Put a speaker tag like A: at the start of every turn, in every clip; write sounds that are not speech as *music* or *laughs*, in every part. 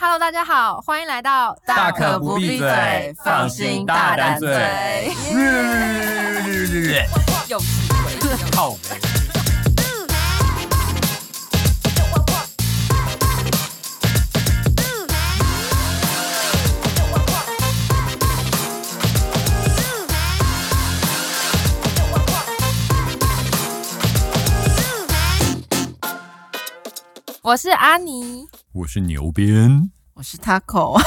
A: Hello，大家好，欢迎来到
B: 大可不必嘴放心大胆嘴
A: 有智慧。
B: 靠北！
A: *laughs* 我是阿尼，
B: 我是牛鞭，
C: 我是 Taco，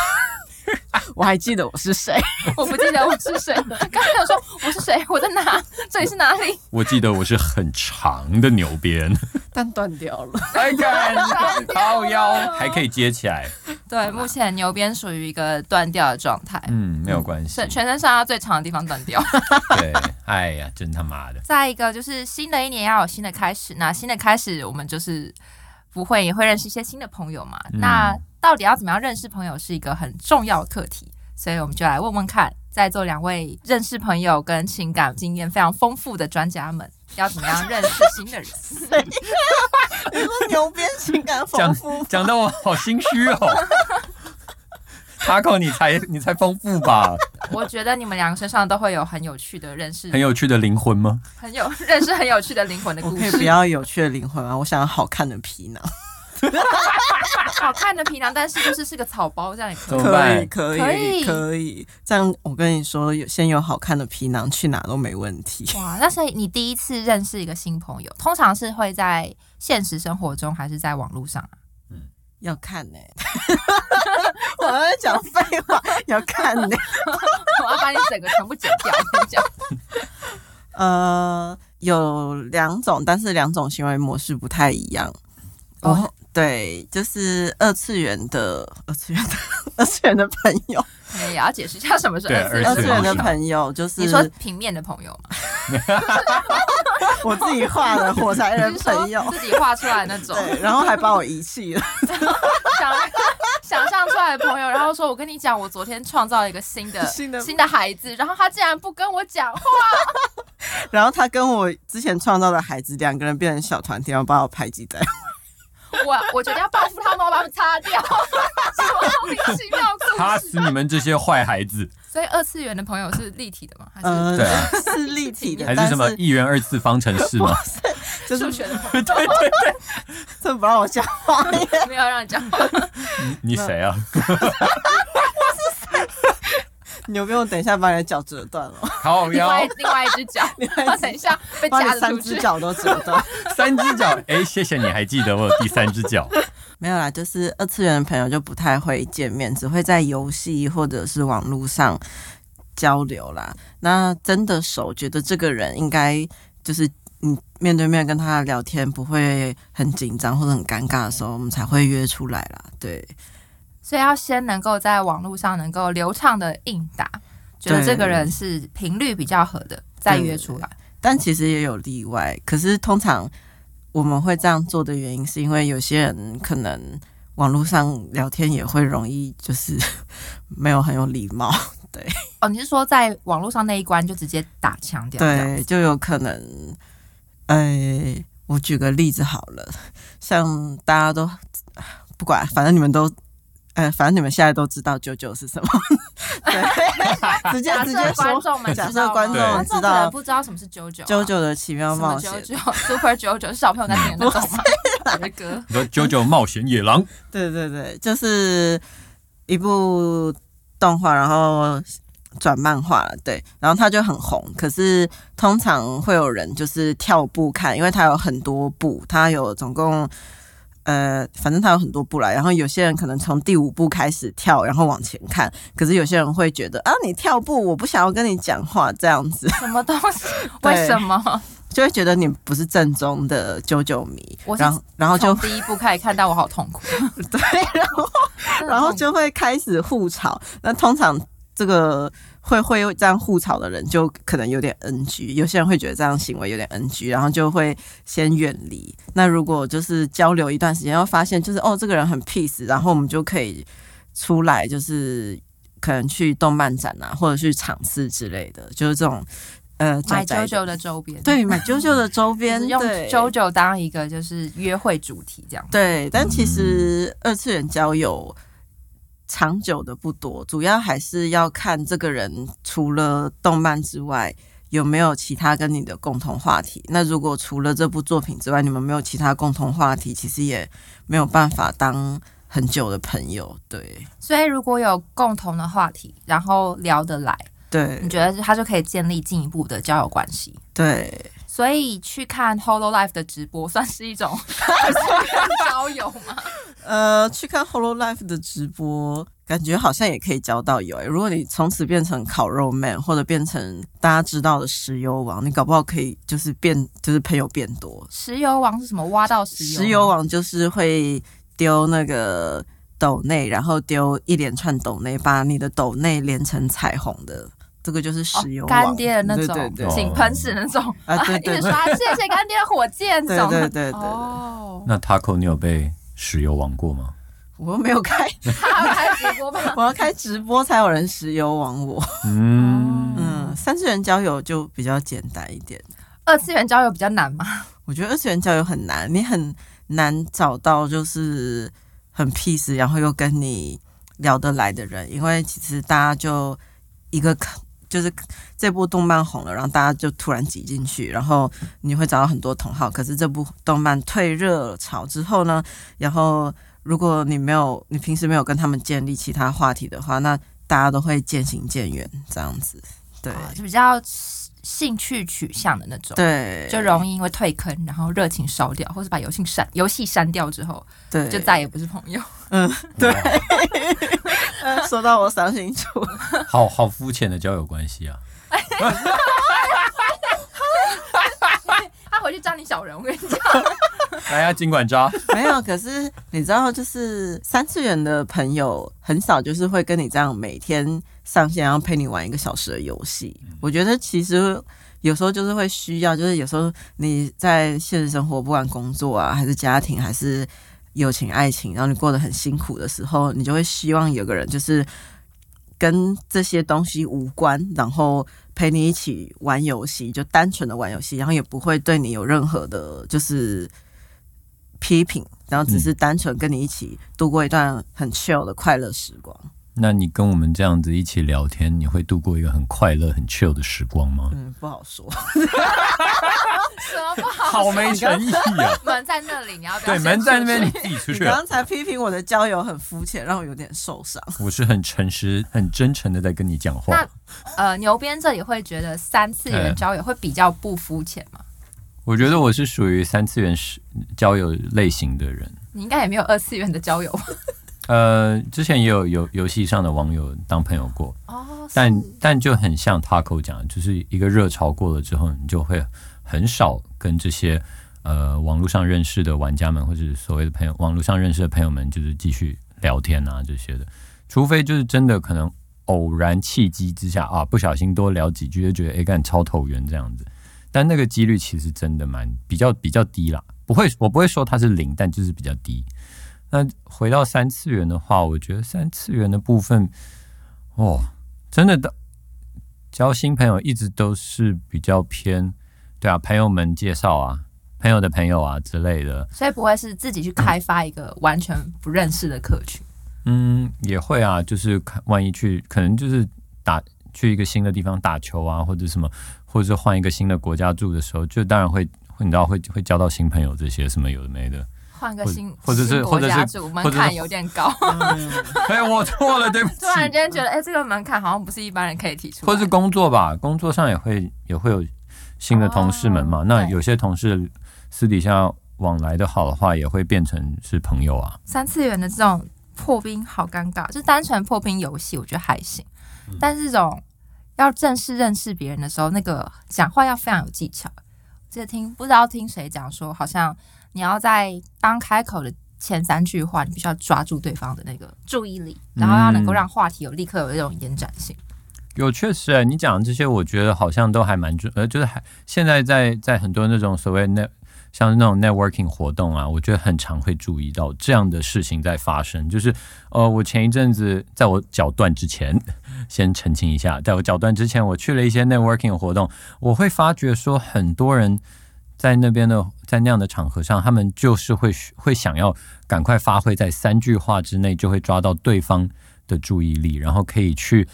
C: 我还记得我是谁。
A: 我不记得我是谁，刚才有说我是谁，我在哪，这里是哪里？
B: 我记得我是很长的牛鞭，
C: *laughs* 但断掉了。 *laughs*
B: 还敢靠腰，还可以接起来，
A: 对，目前牛鞭属于一个断掉的状态，
B: 嗯，没有关系
A: 全、。全身上下最长的地方断掉。
B: 对，哎呀，真他妈的，
A: 再一个就是新的一年要有新的开始，那新的开始我们就是不会也会认识一些新的朋友嘛。
B: 嗯
A: 那到底要怎么样认识朋友是一个很重要的课题，所以我们就来问问看，在座两位认识朋友跟情感经验非常丰富的专家们，要怎么样认识新
C: *laughs*
A: 的人？
C: 你说牛鞭情感
B: 讲
C: 丰富，
B: 讲的我好心虚哦。Taco，你才你才丰富吧，
A: 我觉得你们两个身上都会有很有趣的认识，
B: 很有趣的灵魂吗？
A: 很有认识很有趣的灵魂的
C: 我
A: 故
C: 可以不
A: 事。
C: 要有趣的灵魂吗？我想要好看的皮囊。
A: *laughs* 好看的皮囊，但是就是是个草包，这样也可
B: 怎
A: 以。
B: 么
C: 可以，
B: 办？
C: 可
A: 可
C: 以，
A: 以
C: 可以。这样，我跟你说，有先有好看的皮囊，去哪都没问题。 *laughs*
A: 哇，那所以你第一次认识一个新朋友，通常是会在现实生活中还是在网络上啊？
C: 要看呢、 *laughs* 我在讲废话，要看欸呢、
A: *laughs* 我要把你整个全部剪掉， *laughs* 我跟你讲。
C: 呃，有两种，但是两种行为模式不太一样。
A: 哦
C: 然后、对，就是二次元的二次元的 *laughs* 二次元的朋友，
A: 可能也要解释一下什么是
B: 对
A: 二
C: 二
B: 二
A: 次
C: 次
A: 元。
B: 次元
C: 元的
B: 是
C: 朋友就是
A: 你说平面的朋友嘛，
C: *laughs* 我自己画的火柴人
A: 就是 *laughs*
C: 朋友
A: 说，自己画出来那种，
C: 对，然后还把我遗弃了。
A: *laughs*
C: *laughs*
A: 想想象出来的朋友，然后说我跟你讲，我昨天创造了一个 *laughs* 新的
C: 新的
A: 孩子，然后他竟然不跟我讲话，
C: 然后他跟我之前创造的孩子两个人变成小团体，然后把我排挤在。
A: 我我决定要报复他们，我把他们擦掉， *laughs* 什么莫名其妙的
B: 打
A: 故事？
B: 死你们这些坏孩子！
A: 所以二次元的朋友是立体的吗？还是
C: 呃
B: 对啊，
C: 是立体的，
B: 还
C: 但
B: 是什么一元二次方程式吗？
C: 就
A: 数
C: 是
A: 学的朋友？
C: 这不让我讲话 *laughs* 耶。
A: *laughs* 没有让你
C: *laughs*
A: 讲话，
B: 你谁啊？
C: 牛逼！我等一下把你的脚折断了， *laughs*
B: 靠
A: 另
B: 腰，
A: 外另外一只脚，他等一下被
C: 把
A: 夹
C: 你
A: 着
C: 三
A: 出
C: 只
A: 去。
C: 脚都折断。
B: 三只
C: *laughs*
B: 脚。哎，谢谢你还记得我有第三只脚。
C: 没有啦，就是二次元的朋友就不太会见面，只会在游戏或者是网络上交流啦。那真的熟，觉得这个人应该就是你面对面跟他聊天不会很紧张或者很尴尬的时候，我们才会约出来啦。对，
A: 所以要先能够在网络上能够流畅的应答，觉得
C: 对
A: 这个人是频率比较合的，再约出来。
C: 但其实也有例外。可是通常我们会这样做的原因，是因为有些人可能网络上聊天也会容易就是 *laughs* 没有很有礼貌。
A: 哦，你是说在网络上那一关就直接打枪掉？这样
C: 对，就有可能，呃，我举个例子好了， *laughs* 像大家都不管，反正你们都，呃，反正你们现在都知道九九是什么， *laughs*
A: *laughs*
C: 对， *laughs* 直接
A: 假
C: 直
A: 设
C: 接
A: 观
C: 说
A: 众们知道吗，
C: 假设观众
B: 对
A: 观众
C: 知道
A: 可能不知道什么是九九、啊，
C: 九九的奇妙
A: 什
C: 冒
A: 么
C: 险
A: 九，九 *laughs* Super 九九是小朋友在听
C: *laughs*
A: 的那种吗？我的歌，
B: 你说《九九冒险野狼》
C: 对对对，就是一部动画，然后转漫画了，对，然后它就很红。可是通常会有人就是呃跳步看，因为它有很多部，它有总共呃，反正它有很多部啦。然后有些人可能从第五部开始跳，然后往前看。可是有些人会觉得啊，你跳步，我不想要跟你讲话这样子，
A: 什么东西？
C: 对
A: 为什么？
C: 就会觉得你不是正宗的九九迷
A: 我。是
C: 然后然后就
A: *laughs* 从第一部开始看到我好痛苦，
C: 对，然后。 *laughs* 然
A: 嗯
C: 后就会开始互吵。那通常这个会会这样互吵的人，就可能有点 NG。有些人会觉得这样行为有点 NG，然后就会先远离。那如果就是交流一段时间，要发现就是哦，这个人很 peace，然后我们就可以出来，就是可能去动漫展啊，或者去场次之类的，就是这种呃
A: 买
C: 宅宅
A: 九九
C: 的
A: 的周边，
C: 对买啾啾的周
A: *laughs* 就
C: 边，
A: 是用
C: 对
A: JoJo 当一个就是约会主题这样。
C: 对，但其实二次元交友长久的不多，主要还是要看这个人除了动漫之外。有没有其他跟你的共同话题？那如果除了这部作品之外，你们没有其他共同话题，其实也没有办法当很久的朋友。对
A: 所以如果有共同的话题，然后聊得来，
C: 对
A: 你觉得他就可以建立进一步的交友关系。
C: 对，
A: 所以去看 Holo Life 的直播算是一 *laughs* 种算是一种交友吗？
C: 呃，去看 Holo Life 的直播，感觉好像也可以交到友、欸。如果你从此变成烤肉 man，或者变成大家知道的石油王，你搞不好可以就是变，就是朋友变多。
A: 石油王是什么？挖到石油吗？
C: 石油王就是会丢那个斗内，然后丢一连串斗内，把你的斗内连成彩虹的，这个就是石油
A: 哦
C: 王、
A: 干爹的那种
C: 对对对
B: 哦
A: 井喷式那种，
C: 啊
A: *laughs*
C: 对
A: 一
C: 对
A: 直
C: 对
A: 刷谢谢干爹的火箭这
C: 对
A: 种。
C: 对对对对，
A: 哦，
B: 那 Taco，你有被石油王过吗？
C: 我又没有开，
A: 他有开直播吗？
C: 我要开直播才有人石油王我。
B: 嗯，
C: 嗯，三次元交友就比较简单一点，
A: 二次元交友比较难吗？
C: 我觉得二次元交友很难，你很难找到就是很 peace，然后又跟你聊得来的人，因为其实大家就一个就是这部动漫红了，然后大家就突然挤进去，然后你会找到很多同好。可是这部动漫退热潮之后呢，然后如果你没有你平时没有跟他们建立其他话题的话，那大家都会渐行渐远这样子。对、
A: 啊就比较兴趣取向的那种。
C: 对，
A: 就容易因为退坑，然后热情烧掉，或是把游戏删游戏删掉之后，
C: 对
A: 就再也不是朋友。 *laughs*
B: 对，
C: 呃说到我伤心处，
B: 好好肤浅的交友关系啊。
A: 他回去扎你小人，我跟你讲，
B: 来啊，尽管抓。
C: *laughs* 没有，可是你知道，就是三次元的朋友很少，就是会跟你这样每天上线，然后陪你玩一个小时的游戏。我觉得其实有时候就是会需要，就是有时候你在现实生活，不管工作啊，还是家庭，还是友情、爱情，然后你过得很辛苦的时候，你就会希望有个人就是跟这些东西无关，然后陪你一起玩游戏，就单纯的玩游戏，然后也不会对你有任何的，就是批评，然后只是单纯跟你一起度过一段很 chill 的快乐时光。
B: 那你跟我们这样子一起聊天，你会度过一个很快乐、很 chill 的时光吗？
C: 嗯，不好说。
A: 什么不好？
B: 好没诚意啊！
A: *laughs* 门在那里，你要不要先出
B: 对，
A: 去？
B: 门在那边，你自己出
C: 你
B: 去啊。
C: 刚才批评我的交友很肤浅，让我有点受伤。
B: 我是很诚实、很真诚的在跟你讲话
A: 那。呃，牛鞭这里会觉得三次元交友会比较不肤浅嘛？
B: 我觉得我是属于三次元是交友类型的人。
A: 你应该也没有二次元的交友吧 *laughs*
B: 呃，之前也有游游戏上的网友当朋友过，
A: 哦，是
B: 但但就很像 Taco 讲的，就是一个热潮过了之后，你就会很少跟这些呃网络上认识的玩家们，或者是所谓的朋友，网络上认识的朋友们，就是继续聊天啊这些的，除非就是真的可能偶然契机之下啊，不小心多聊几句就觉得哎干超投缘这样子，但那个几率其实真的蛮比较比较低啦，不会我不会说它是零，但就是比较低。那回到三次元的话，我觉得三次元的部分，哦，真的的交新朋友一直都是比较偏，对啊，朋友们介绍啊，朋友的朋友啊之类的，
A: 所以不会是自己去开发一个完全不认识的客群。
B: 嗯，也会啊，就是看万一去，可能就是打去一个新的地方打球啊，或者什么，或者是换一个新的国家住的时候，就当然会，会你知道会会交到新朋友这些什么有的
A: *laughs*
B: 没的。
A: 换个
B: 或
A: 新，
B: 或者是
A: 新国
B: 或者是
A: 家主门
B: 或者是
A: 槛有点高，
B: 哎，我错了，对不起
A: 突。然间觉得，哎、这个门槛好像不是一般人可以提出来
B: 或
A: 的，
B: 是工作吧，工作上也会也会有新的同事们嘛。
A: 哦
B: 那
A: 对
B: 有些同事私底下往来的好的话，也会变成是朋友啊。
A: 三次元的这种破冰好尴尬，就单纯破冰游戏，我觉得还行。
B: 嗯
A: 但是这种要正式认识别人的时候，那个讲话要非常有技巧。我记得听不知道听谁讲说，好像你要在刚开口的前三句话，你必须要抓住对方的那个注意力，
B: 嗯
A: 然后要能够让话题有立刻有一种延展性。
B: 有确实、欸，你讲的这些，我觉得好像都还蛮准，呃，就是还现在在在很多那种所谓那像那种 networking 活动啊，我觉得很常会注意到这样的事情在发生。就是呃，我前一阵子在我脚断之前，先澄清一下，在我脚断之前，我去了一些 networking 活动，我会发觉说很多人。在那边的，在那样的场合上，他们就是会会想要赶快发挥，在三句话之内就会抓到对方的注意力，然后可以去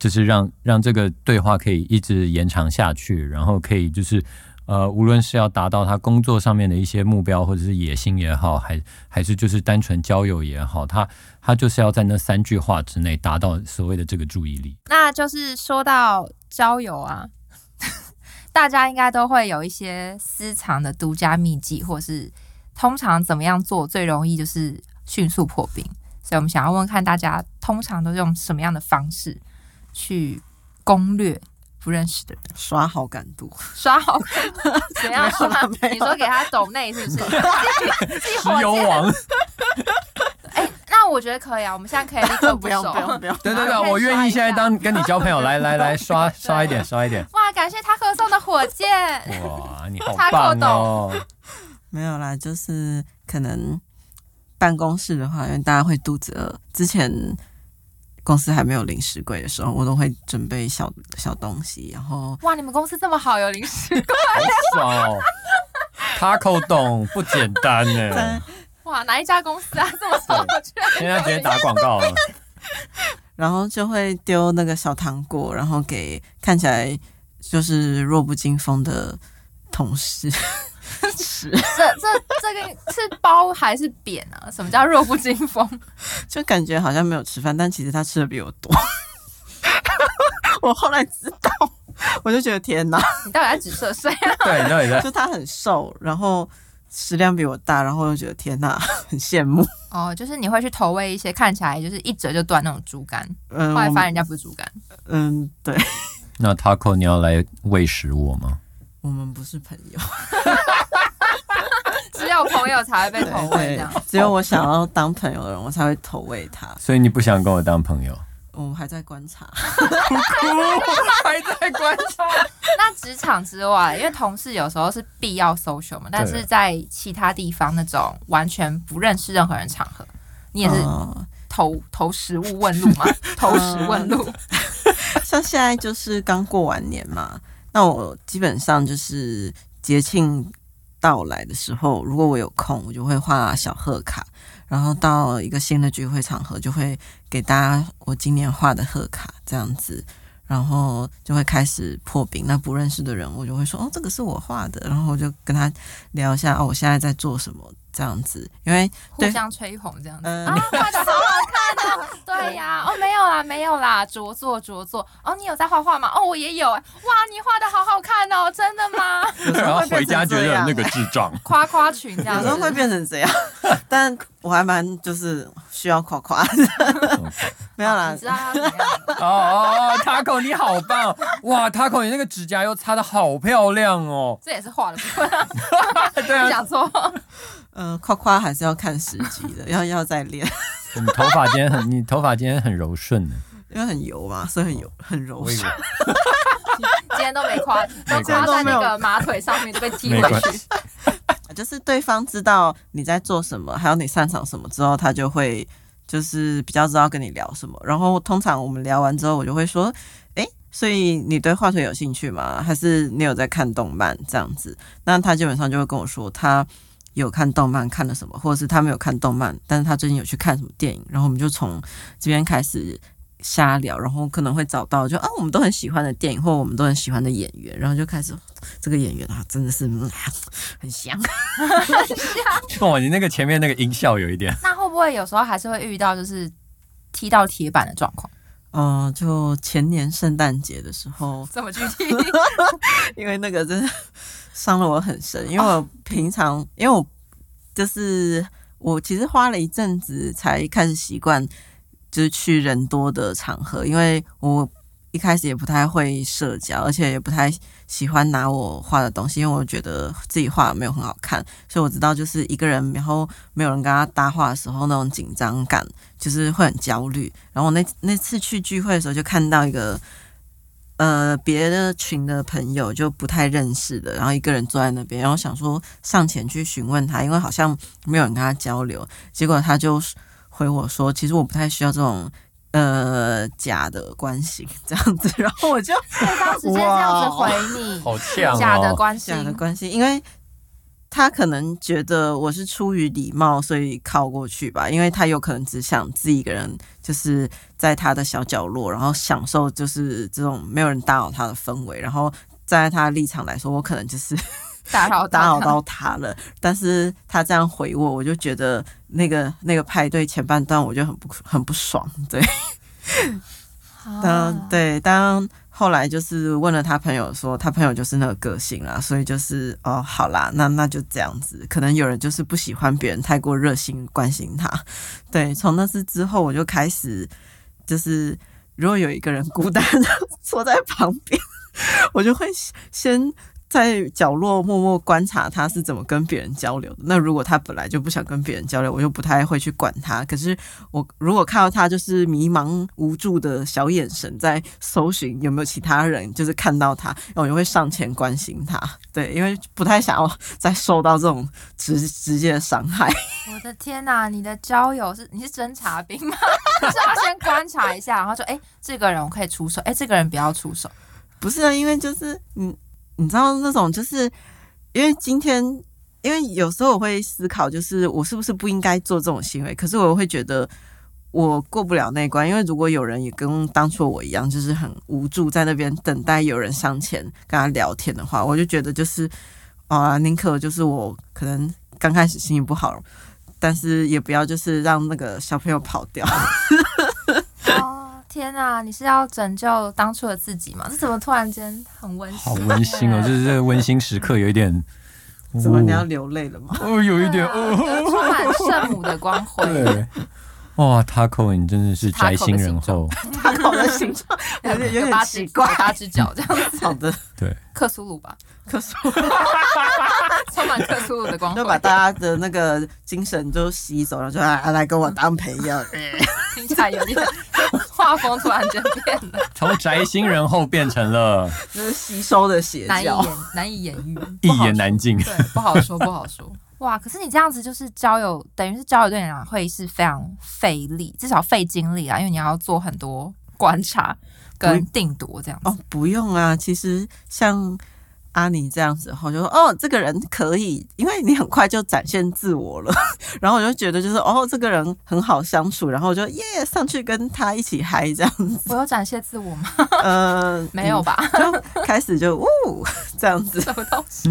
B: 就是让让这个对话可以一直延长下去，然后可以就是呃，无论是要达到他工作上面的一些目标或者是野心也好，还还是就是单纯交友也好，他他就是要在那三句话之内达到所谓的这个注意力。
A: 那就是说到交友啊，大家应该都会有一些私藏的独家秘籍，或是通常怎么样做最容易就是迅速破冰。所以我们想要问看大家，通常都是用什么样的方式去攻略不认识的人？
C: 刷好感度，
A: 刷好看，怎样刷
C: 没有啦没有？啦
A: 你说给他抖内
C: *laughs*
A: 是不是？自己
B: 石油王，
A: 哎、那我觉得可以啊，我们现在可以立
C: *laughs*
A: 刻
C: *laughs* 不要
A: 手。
C: 不要不要，
B: 对对对，
A: 可以刷
B: 我愿
A: 一
B: 意现在
A: 下
B: 当跟你交朋友，来来来，刷刷一点，刷一点。
A: 哇，感谢他合送的火箭，
B: 哇，你好
A: 插口
B: 棒
A: 斗
B: 哦！
C: 没有啦，就是可能办公室的话，因为大家会肚子饿，之前公司还没有零食柜的时候，我都会准备小小东西，然后
A: 哇，你们公司这么好，有零食，
B: 好爽哦！插口懂不简单呢
C: 真，
A: 哇，哪一家公
C: *laughs*
A: 司啊？这么好，
B: 现在直接打广告了。
C: 然后就会丢那个小糖果，然后给看起来就是弱不禁风的
A: *laughs*
C: 同事吃，
A: 这这这个是包还是扁啊？什么叫弱不禁风？
C: 就感觉好像没有吃饭，但其实他吃的比我多。我后来知道，我就觉得天哪，
A: 你到底在指涉谁啊？
B: 对，你到底在
C: 就他很瘦，然后食量比我大，然后我就觉得天哪，很羡慕。
A: *laughs* 哦，就是你会去投喂一些看起来就是一折就断那种竹竿，
C: 嗯，
A: 后来
C: 我
A: 发现人家不是竹竿。
C: 嗯，对，
B: 那 Taco，你要来喂食我吗？
C: 我们不是朋友，
A: *laughs* 只有朋友才会被投喂这样。
C: 只有我想要当朋友的人，我才会投喂他。
B: 所以你不想跟我当朋友？
C: 我还在观察，
B: *laughs* 还在观察。
A: *laughs* 那职场之外，因为同事有时候是必要 social 嘛，但是在其他地方那种完全不认识任何人场合，你也是
C: 嗯
A: 投、投食物问
C: *laughs*
A: 路吗？投食问路，
C: 像现在就是刚过完年嘛，那我基本上就是节庆到来的时候，如果我有空，我就会画小贺卡，然后到一个新的聚会场合，就会给大家我今年画的贺卡这样子。然后就会开始破冰，那不认识的人，我就会说哦，这个是我画的，然后我就跟他聊一下哦，我现在在做什么这样子，因为
A: 互
C: 对
A: 相吹捧这样子。
C: 嗯
A: 啊，画的好好看哦！对呀、哦，没有啦，没有啦，着作着作。哦，你有在画画吗？哦，我也有。哇，你画的好好看哦，真的吗？
B: 然 *laughs* 后回家觉
C: 有时
B: 得
C: 候
B: 那
C: 会变成这样
B: 个智障。
A: 夸夸群这样
C: 有时候会
A: 子。
C: 变成这样， *laughs* 但我还蛮就是需要夸夸的， *laughs* 没有啦
A: 你知，道他怎么样吗？
B: 哦哦哦，Taco 你好棒！哇，Taco 你那个指甲油擦的好漂亮哦。
A: 这也是画的部分，
B: 对
A: 不
B: 啊，
A: 想说。
C: 呃，夸夸还是要看时机的，要要再练，
B: 你头发今天很，你头发今天很柔顺呢。
C: 因为很油嘛，所以很油很柔
B: 我以为
C: 顺。
A: 今天都没夸，都夸在那个马腿上面就被踢
B: 没
A: 回
B: 关
A: 去。
C: 就是对方知道你在做什么，还有你擅长什么之后，他就会就是比较知道跟你聊什么。然后通常我们聊完之后，我就会说，诶，所以你对画图有兴趣吗？还是你有在看动漫这样子？那他基本上就会跟我说他。有看动漫看了什么，或者是他没有看动漫，但是他最近有去看什么电影，然后我们就从这边开始瞎聊，然后可能会找到就啊我们都很喜欢的电影，或我们都很喜欢的演员，然后就开始这个演员啊真的是、嗯很香，
B: 哇，哦你那个前面那个音效有一点。
A: 那会不会有时候还是会遇到就是踢到铁板的状况？
C: 嗯，就前年圣诞节的时候，
A: 这么具体？
C: *laughs* 因为那个真的伤了我很深，因为我平常、因为我就是我其实花了一阵子才开始习惯，就是去人多的场合，因为我一开始也不太会社交，而且也不太喜欢拿我画的东西，因为我觉得自己画的没有很好看，所以我知道就是一个人，然后没有人跟他搭话的时候那种紧张感，就是会很焦虑。然后我那那次去聚会的时候，就看到一个呃别的群的朋友，就不太认识的，然后一个人坐在那边，然后想说上前去询问他，因为好像没有人跟他交流，结果他就回我说，其实我不太需要这种。呃，假的关系 *laughs* 这样子，然后我就
A: 对方直接这样子回你，
B: 好呛
A: 假的
B: 哦！
A: 关系
C: 假。的关系，因为他可能觉得我是出于礼貌，所以靠过去吧，因为他有可能只想自己一个人，就是在他的小角落，然后享受就是这种没有人打扰他的氛围。然后站在他的立场来说，我可能就是 *laughs*
A: 打扰
C: 打扰
A: 他
C: 到他了，但是他这样回我，我就觉得那个那个派对前半段我就很不很不爽，对。当
A: 啊
C: 对，当后来就是问了他朋友说，他朋友就是那个个性啦，所以就是哦，好啦，那那就这样子。可能有人就是不喜欢别人太过热心关心他。对，从那次之后，我就开始就是，如果有一个人孤单的 *laughs* 坐在旁边，我就会先。在角落默默观察他是怎么跟别人交流的。那如果他本来就不想跟别人交流，我就不太会去管他。可是我如果看到他就是迷茫无助的小眼神，在搜寻有没有其他人，就是看到他，然后我就会上前关心他。对，因为不太想要再受到这种直直接的伤害。
A: 我的天呐、你的交友是你是侦察兵吗？ *laughs* 是要先观察一下，然后说，哎、这个人我可以出手，哎、这个人不要出手。
C: 不是啊，因为就是你，你知道那种就是因为今天，因为有时候我会思考，就是我是不是不应该做这种行为，可是我会觉得。我过不了那一关，因为如果有人也跟当初我一样，就是很无助，在那边等待有人上前跟他聊天的话，我就觉得就是，啊，宁可就是我可能刚开始心情不好，但是也不要就是让那个小朋友跑掉。
A: 哦，天呐、你是要拯救当初的自己吗？这怎么突然间很温馨？啊
B: 好温馨哦，就是这个温馨时刻有一点，
C: 怎么你要
B: 哦
C: 流泪
B: *laughs*
C: 了吗？ *laughs*
B: 哦，有一点哦，
A: 啊充满圣母的光辉。 *laughs*
B: 对，哇，Taco，你真的是宅心仁厚，
C: 他 *laughs* 搞的形状有点有
A: 有
C: 点
A: 八
C: 奇
A: 只
C: 怪
A: 有。八只脚这样，
C: 好的，
B: 对，
A: 克苏鲁吧，
C: 可是
A: 充满克苏鲁的 *laughs* 光
C: 就把
A: 辉，
C: 大家的那个精神都吸走了，就来来跟我当朋友。
A: 听起来有点画风突然间变了，
B: 从宅心仁厚变成
C: *laughs*
B: 了
C: 就是吸收的邪
A: *laughs* 难以
C: 教。
A: 言难以言喻，
B: 一
A: 不好
B: 言难尽。
A: *laughs* 对，不好说，不好说。 *laughs* 哇，可是你这样子就是交友，等于是交友对你来会是非常费力，至少费精力啊，因为你要做很多观察跟定夺这样子。
C: 哦，不用啊，其实像阿尼这样子后，就说哦，这个人可以，因为你很快就展现自我了。 *laughs* 然后我就觉得就是哦，这个人很好相处，然后我就耶上去跟他一起嗨
A: *laughs*
C: 这样。
A: 我有展现自我吗？
C: 呃，
A: *laughs* 没有吧？
C: 嗯，开始就呜这样
A: *laughs*
C: 子。
A: 什么东西？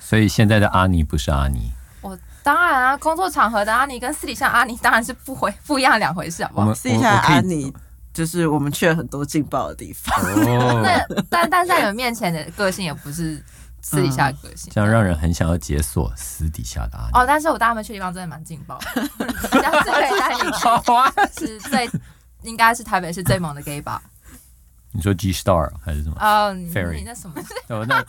B: 所以现在的阿尼不是阿尼，
A: 我当然啊，工作场合的阿尼跟私底下阿尼当然是不回 *laughs* 不一样两回事，好不
B: 我
A: 好？
B: 们
C: 试
B: 我
C: 一下
B: 我可
C: 阿
B: 以
C: 尼，就是我们去了很多劲爆的地方。
B: 哦，
A: 那但但在你们面前的个性也不是私底下的个 *laughs* 性。
B: 这样让人很想要解锁私底下的阿尼。
A: 哦，但是我带他们去的地方真的蛮劲 *laughs* 爆的，然后这个也带你
B: 好啊，
A: *laughs* 去是最应该是台北市最猛的 gay 吧？
B: 你说 G Star 还是什么？
A: 哦，你
B: Fairy
A: 你那什么？
B: 哦，那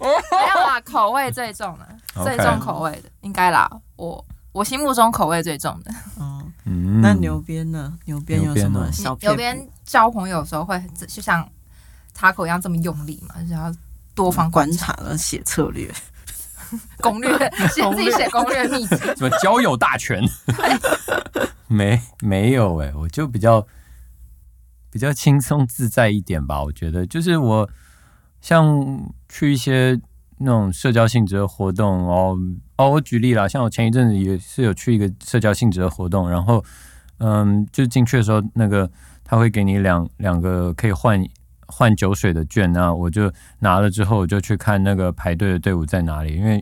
A: 没有啦，口味最重的，
B: OK
A: 最重口味的应该啦。我我心目中口味最重的，
C: 哦。
B: 嗯，
C: 那牛鞭呢？牛鞭有什
B: 牛鞭
C: 么
B: 哦
C: 小撇
A: 有
C: 步？
A: 边交朋友的时候会就像塔口一样这么用力嘛，就是要多方观
C: 观察了写策略，
A: 攻略，写自己写攻略秘籍。
B: 什么交友大全？没没有哎、我就比较比较轻松自在一点吧。我觉得就是我像去一些那种社交性质的活动哦哦，我举例啦，像我前一阵子也是有去一个社交性质的活动，然后嗯，就进去的时候那个他会给你两两个可以换。换酒水的券，那我就拿了之后，我就去看那个排队的队伍在哪里，因为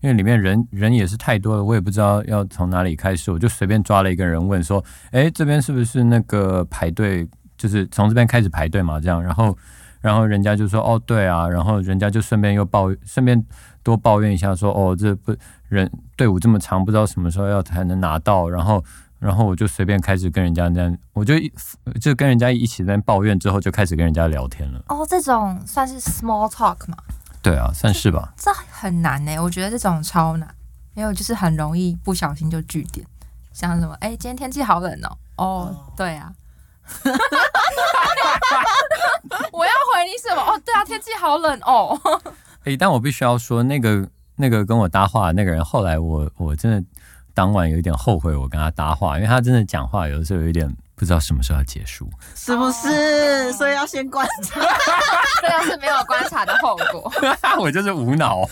B: 因为里面人人也是太多了，我也不知道要从哪里开始，我就随便抓了一个人问说：“哎，这边是不是那个排队？就是从这边开始排队嘛？”这样，然后然后人家就说：“哦，对啊。”然后人家就顺便又抱顺便多抱怨一下说：“哦，这不人队伍这么长，不知道什么时候要才能拿到。”然后然后我就随便开始跟人家这样，我就一就跟人家一起在那边抱怨之后，就开始跟人家聊天了。
A: *laughs* 哦，这种算是 small talk 嘛？
B: 对啊，算是吧。
A: 这很难呢、我觉得这种超难，没有就是很容易不小心就据点，像什么哎、今天天气好冷哦、哦，对啊。 *laughs* 我要回你什么？哦，对啊，天气好冷 *laughs* 哦。
B: 诶，但我必须要说，那个那个跟我搭话的那个人，后来我我真的当晚有一点后悔，我跟他搭话，因为他真的讲话有的时候有一点不知道什么时候要结束。
C: 是不是？
A: 哦
C: 所以要先观察。
A: 这啊个是没有观察的后果。
B: *laughs* 我就是无脑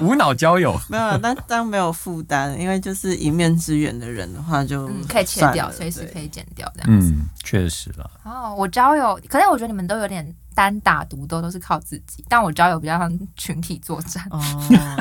B: 无脑交友，
C: *laughs* 没有，但当没有负担，因为就是一面之缘的人的话就，
A: 嗯，可以切掉，随时可
C: 以。
A: 以剪掉这样子。
B: 嗯，确实啦，
A: 哦，我交友，可是我觉得你们都有点单打独斗，都是靠自己。但我交友比较像群体作战。
C: 哦，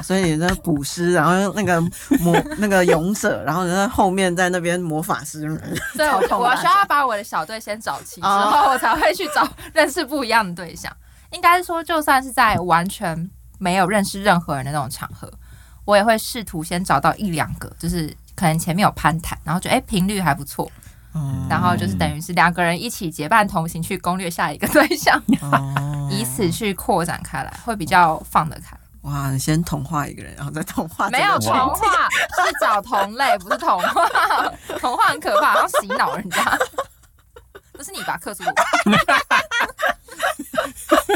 C: 所以你在捕师，然后那个魔那个勇者，然后你在后面在那边魔法师，
A: *laughs* 所以我
C: 超痛
A: 我
C: 的
A: 需要把我的小队先找齐，之
C: 哦
A: 后我才会去找认识不一样的对象。应该是说，就算是在完全没有认识任何人的那种场合，我也会试图先找到一两个，就是可能前面有攀谈，然后觉得哎频率还不错，
C: 哦
A: 然后就是等于是两个人一起结伴同行去攻略下一个对象，
B: *laughs*
C: 哦
A: 以此去扩展开来，会比较放得开。
C: 哇，你先同化一个人，然后再同化整
A: 没
C: 个
A: 有
C: 群
A: 童 *laughs* 话，是找同类，不是童话。童话很可怕，要洗脑人家。不是你吧，克苏鲁？ *laughs*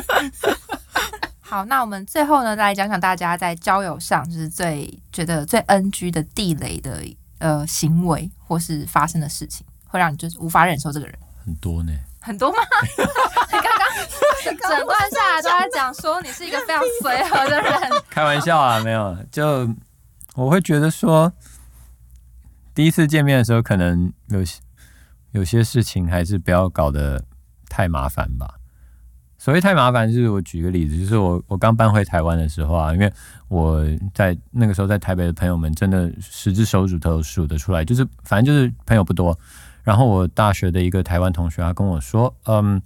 A: 好，那我们最后呢，来讲讲大家在交友上就是最觉得最 NG 的地雷的呃行为，或是发生的事情，会让你就是无法忍受这个人。
B: 很多呢。
A: 很多吗？ *laughs* 你刚刚整段下来都在讲说你是一个非常随和的人，
B: 开玩笑啊，没有，就我会觉得说，第一次见面的时候，可能有些有些事情还是不要搞得太麻烦吧。所谓太麻烦，就是我举个例子，就是我我刚搬回台湾的时候啊，因为我在那个时候在台北的朋友们，真的十只手指头数得出来，就是反正就是朋友不多。然后我大学的一个台湾同学，他跟我说，嗯，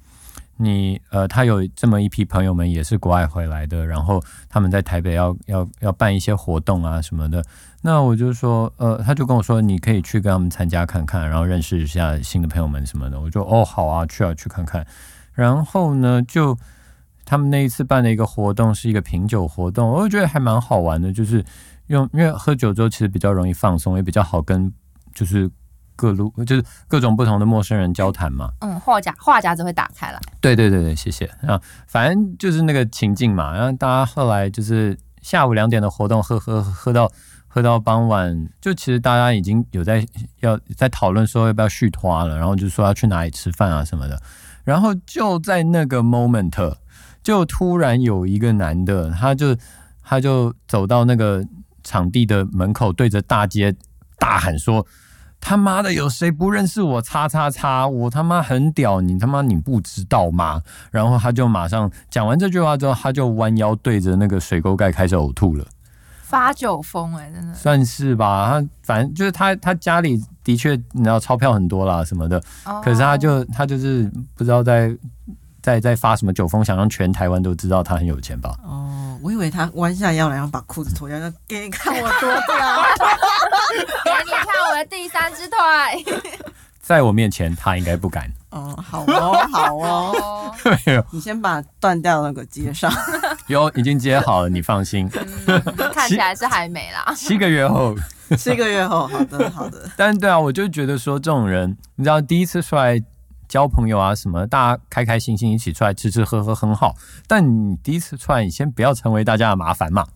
B: 你呃，他有这么一批朋友们也是国外回来的，然后他们在台北要要要办一些活动啊什么的。那我就说，呃，他就跟我说，你可以去跟他们参加看看，然后认识一下新的朋友们什么的。我就哦，好啊，去啊，去看看。然后呢，就他们那一次办的一个活动是一个品酒活动，我就觉得还蛮好玩的，就是用因为喝酒之后其实比较容易放松，也比较好跟就是各路就是各种不同的陌生人交谈嘛。
A: 嗯，话匣话匣子会打开来。
B: 对对对对，谢谢啊，反正就是那个情境嘛。然后大家后来就是下午两点的活动，喝喝喝到喝到傍晚，就其实大家已经有在要在讨论说要不要续拖了，然后就说要去哪里吃饭啊什么的。然后就在那个 moment，就突然有一个男的，他就他就走到那个场地的门口，对着大街大喊说：“他妈的，有谁不认识我？叉叉叉，我他妈很屌，你他妈你不知道吗？”然后他就马上讲完这句话之后，他就弯腰对着那个水沟盖开始呕吐了。
A: 发酒疯哎、真的。
B: 算是吧，他反正就是他，他家里的确你知道钞票很多啦什么的，
A: 哦
B: 可是他就他就是不知道在在在发什么酒疯，想让全台湾都知道他很有钱吧。
C: 哦，我以为他弯下腰来，然后把裤子脱掉，那给你看我多屌。
B: *laughs*
A: 给你看我的第三只腿。
B: 在我面前，他应该不敢。
C: 哦，好哦，好哦，
A: 哦，
C: *laughs* 你先把断掉那个接 *laughs* 上。
B: 有，已经接好了，你放心。
A: 嗯看起来是还没啦。
B: 七个月后，
C: 七个月后，好的， *laughs* 好的。
B: 但对啊，我就觉得说这种人，你知道第一次出来交朋友啊什么，大家开开心心一起出来吃吃喝喝很好。但你第一次出来，你先不要成为大家的麻烦嘛。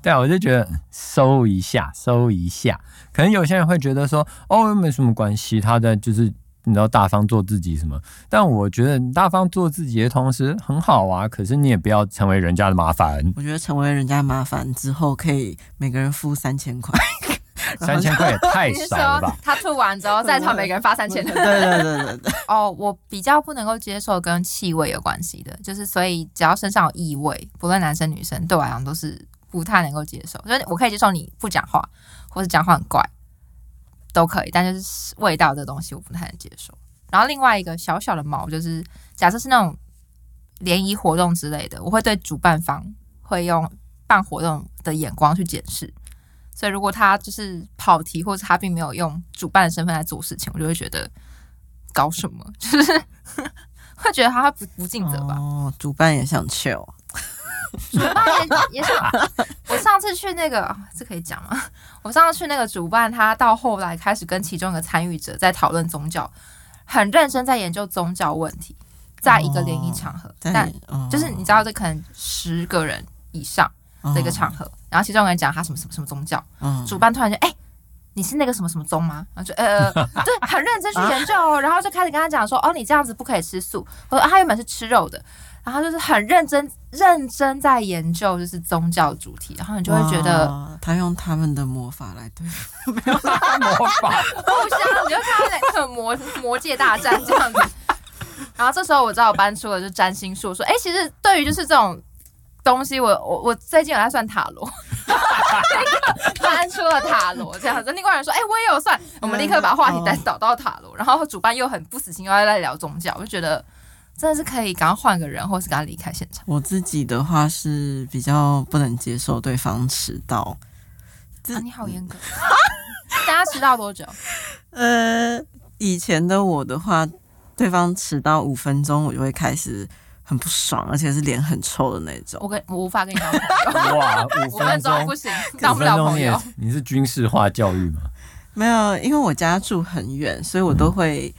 B: 对啊，我就觉得收一下，收一下。可能有些人会觉得说，哦，又没什么关系，他在就是你知道大方做自己什么。但我觉得你大方做自己的同时很好啊，可是你也不要成为人家的麻烦。
C: 我觉得成为人家麻烦之后，可以每个人付三千块。
B: 三千块也太
A: 你是
B: 少
A: 说
B: 了
A: *laughs*
B: 吧？
A: 他吐完之后，再朝每个人发三千
C: *laughs* 对？对对对对，
A: 哦，我比较不能够接受跟气味有关系的，就是所以只要身上有异味，不论男生女生，对我来讲都是不太能够接受。就是我可以接受你不讲话，或是讲话很怪，都可以，但就是味道这东西我不太能接受。然后另外一个小小的毛就是，假设是那种联谊活动之类的，我会对主办方会用办活动的眼光去检视。所以如果他就是跑题，或者他并没有用主办的身份来做事情，我就会觉得搞什么， *laughs* 就是会觉得他不不尽责吧。
C: 哦，主办也想 chill，
A: 主办也也想，我上次去那个这可以讲吗？我上次去那个主办，他到后来开始跟其中一个参与者在讨论宗教，很认真在研究宗教问题，在一个联谊场合，但
C: 哦
A: 就是你知道这可能十个人以上的一个场合，然后其中有人讲他什么什么什么宗教，
C: 哦
A: 主办突然就哎、你是那个什么什么宗吗？”然后就呃，对，很认真去研究哦，然后就开始跟他讲说：“哦，你这样子不可以吃素。”我说：“啊，他原本是吃肉的。”然后就是很认真、认真在研究，就是宗教主题，然后你就会觉得
C: 哇他用他们的魔法来对付，
B: 魔法，
A: *laughs* 互相，你就看到那个魔魔界大战这样子。然后这时候我知道我搬出了就占星术，我说哎、诶其实对于就是这种东西，我我我最近有在算塔罗， *laughs* 搬出了塔罗这样子。另外人说哎、诶我也有算，我们立刻把话题带导到塔罗。然后主办又很不死心，又在聊宗教，我就觉得真的是可以赶快换个人，或是赶快离开现场。
C: 我自己的话是比较不能接受对方迟到，这
A: 啊、你好严格， *laughs* 大家迟到多久？
C: 呃，以前的我的话，对方迟到五分钟，我就会开始很不爽，而且是脸很臭的那种。
A: 我跟我无法跟你当朋友，
B: 哇， *laughs* 五
A: 五分
B: 分
A: 钟
B: 钟
A: 不，行，当
B: 五
A: 不
B: 分
A: 了
B: 钟
A: 朋
B: 你也
A: 友。
B: 你是军事化教育吗？
C: 没有，因为我家住很远，所以我都会，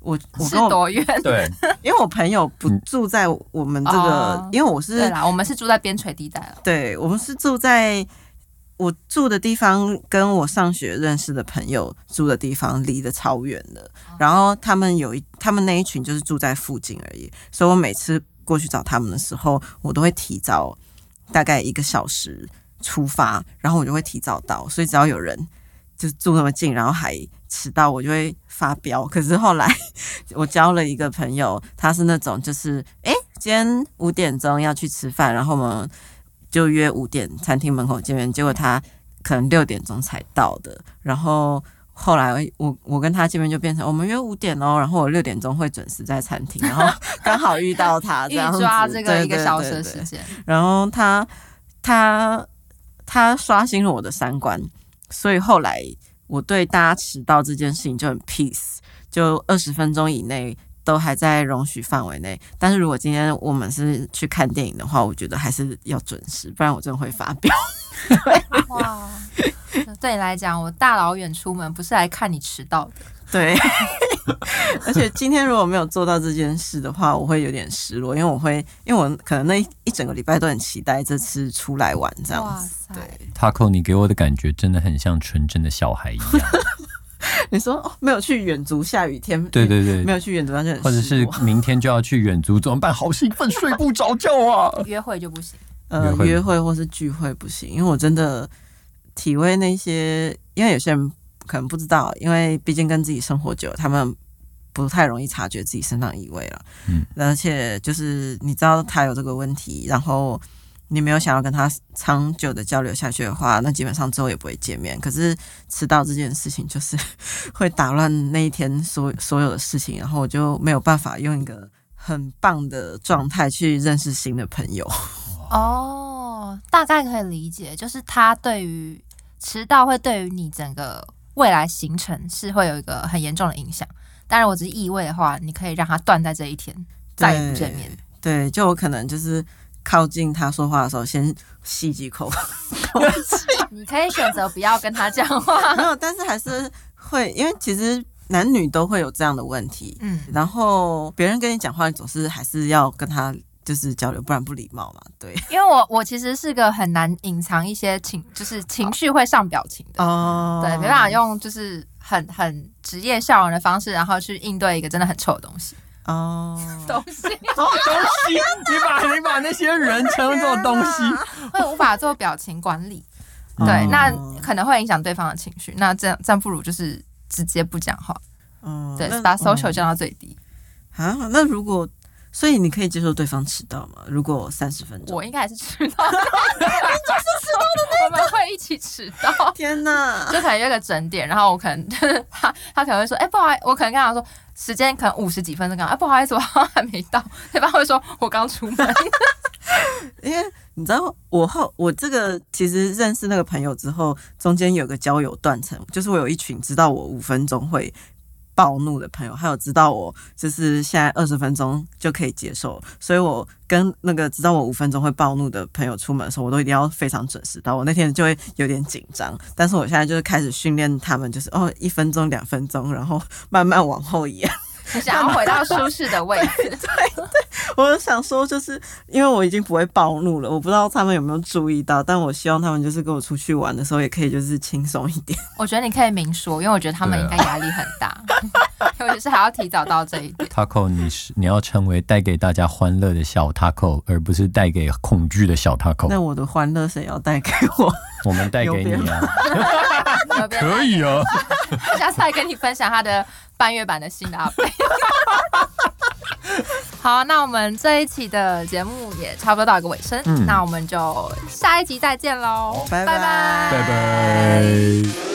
C: 我我
A: 是
C: 跟我，
A: 多远？
B: 对，
C: 因为我朋友不住在我们这个，
A: 哦
C: 因为我
A: 对
C: 是
A: 啦，我们是住在边陲地带了。
C: 对我们是住在我住的地方，跟我上学认识的朋友住的地方离得超远的。
A: 哦
C: 然后他们有一，他们那一群就是住在附近而已，所以我每次过去找他们的时候，我都会提早大概一个小时出发，然后我就会提早到，所以只要有人。就住那么近，然后还迟到，我就会发飙。可是后来我交了一个朋友，他是那种就是，诶，今天五点钟要去吃饭，然后我们就约五点餐厅门口见面，结果他可能六点钟才到的，然后。后来我我跟他见面就变成我们约五点哦，然后我六点钟会准时在餐厅，然后刚好遇到啊他，这
A: 预
C: 样子
A: 抓这个
C: 对
A: 一个
C: 对
A: 小
C: 对
A: 时的
C: 对
A: 时
C: *laughs*
A: 间，
C: 然后他他他刷新了我的三观，所以后来我对大家迟到这件事情就很 peace，就二十分钟以内都还在容许范围内。但是如果今天我们是去看电影的话，我觉得还是要准时，不然我真的会发飙。 *laughs*
A: 哇！对你来讲，我大老远出门不是来看你迟到的，
C: 对，而且今天如果没有做到这件事的话，我会有点失落，因为我会因为我可能那一一整个礼拜都很期待这次出来玩这样子。
A: 塞
C: 对，
B: Taco，你给我的感觉真的很像纯真的小孩一样。
C: 你说、哦、没有去远足，下雨天
B: *laughs* 对对对，
C: 没有去远足，那就很
B: 或者
C: 失
B: 是
C: 落
B: 明天就要去远足，怎么办？好兴奋，睡不着觉 *laughs* 啊！
A: 约会就不行。
C: 呃
B: 约会
C: 约会或是聚会不行，因为我真的体会那些，因为有些人可能不知道，因为毕竟跟自己生活久，他们不太容易察觉自己身上异味了。
B: 嗯，
C: 而且就是你知道他有这个问题，然后你没有想要跟他长久的交流下去的话，那基本上之后也不会见面。可是迟到这件事情，就是会打乱那一天所所有的 *laughs* 事情，然后我就没有办法用一个很棒的状态去认识新的朋友。
A: 哦，大概可以理解，就是他对于迟到会对于你整个未来行程是会有一个很严重的影响。当然，我只是意味的话，你可以让他断在这一天，再也不见面。
C: 对，就有可能就是靠近他说话的时候，先吸几口，
A: *laughs* 你可以选择不要跟他讲话。
C: *laughs* 没有，但是还是会，因为其实男女都会有这样的问题。
A: 嗯，
C: 然后别人跟你讲话，你总是还是要跟他就是交流，不然不礼貌嘛。对，
A: 因为我我其实是个很难隐藏一些情，就是情绪会上表情的，
C: 哦
A: 对，没办法用就是很很职业笑容的方式，然后去应对一个真的很臭的东西。
C: 哦，
A: *laughs* 东西
B: 东西， *laughs* 你把你把那些人称作东西，
A: *laughs* 会无法做表情管理，
B: 嗯
A: 对，那可能会影响对方的情绪。那这样这样不如就是直接不讲话，
C: 嗯
A: 对，
C: 那
A: 把 social
C: 嗯
A: 降到最低。
C: 啊，那如果。所以你可以接受对方迟到吗？如果三十分钟，
A: 我应该还是迟到 *laughs* 的， *laughs* 我们会一起迟到。
C: 天哪！
A: *laughs* 就可能约个整点，然后我可能 *laughs* 他他可能会说，哎、不好意思，我可能跟他说时间可能五十几分钟，刚哎、不好意思，我好像还没到，对方会说我刚出门，
C: 因为你知道，我后我这个其实认识那个朋友之后，中间有个交友断层，就是我有一群知道我五分钟会暴怒的朋友，还有知道我就是现在二十分钟就可以接受，所以我跟那个知道我五分钟会暴怒的朋友出门的时候，我都一定要非常准时到。我那天就会有点紧张，但是我现在就是开始训练他们，就是哦一分钟、两分钟，然后慢慢往后延。
A: 你想要回到舒适的位置， *laughs*
C: 我想说，就是因为我已经不会暴怒了，我不知道他们有没有注意到，但我希望他们就是跟我出去玩的时候，也可以就是轻松一点。
A: 我觉得你可以明说，因为我觉得他们应该
B: 啊
A: 压力很大， *laughs* 尤其是还要提早到这一点。
B: Taco，你是你要成为带给大家欢乐的小 Taco，而不是带给恐惧的小 Taco。
C: 那我的欢乐谁要带给我？
B: 我们带给你啊，
A: 有没有
B: *laughs* 可以 *laughs* 啊。
A: 下次来跟你分享他的半月版的新的 update。好，那我们这一期的节目也差不多到一个尾声，
B: 嗯
A: 那我们就下一集再见喽，
C: 拜
A: 拜
C: 拜
B: 拜拜。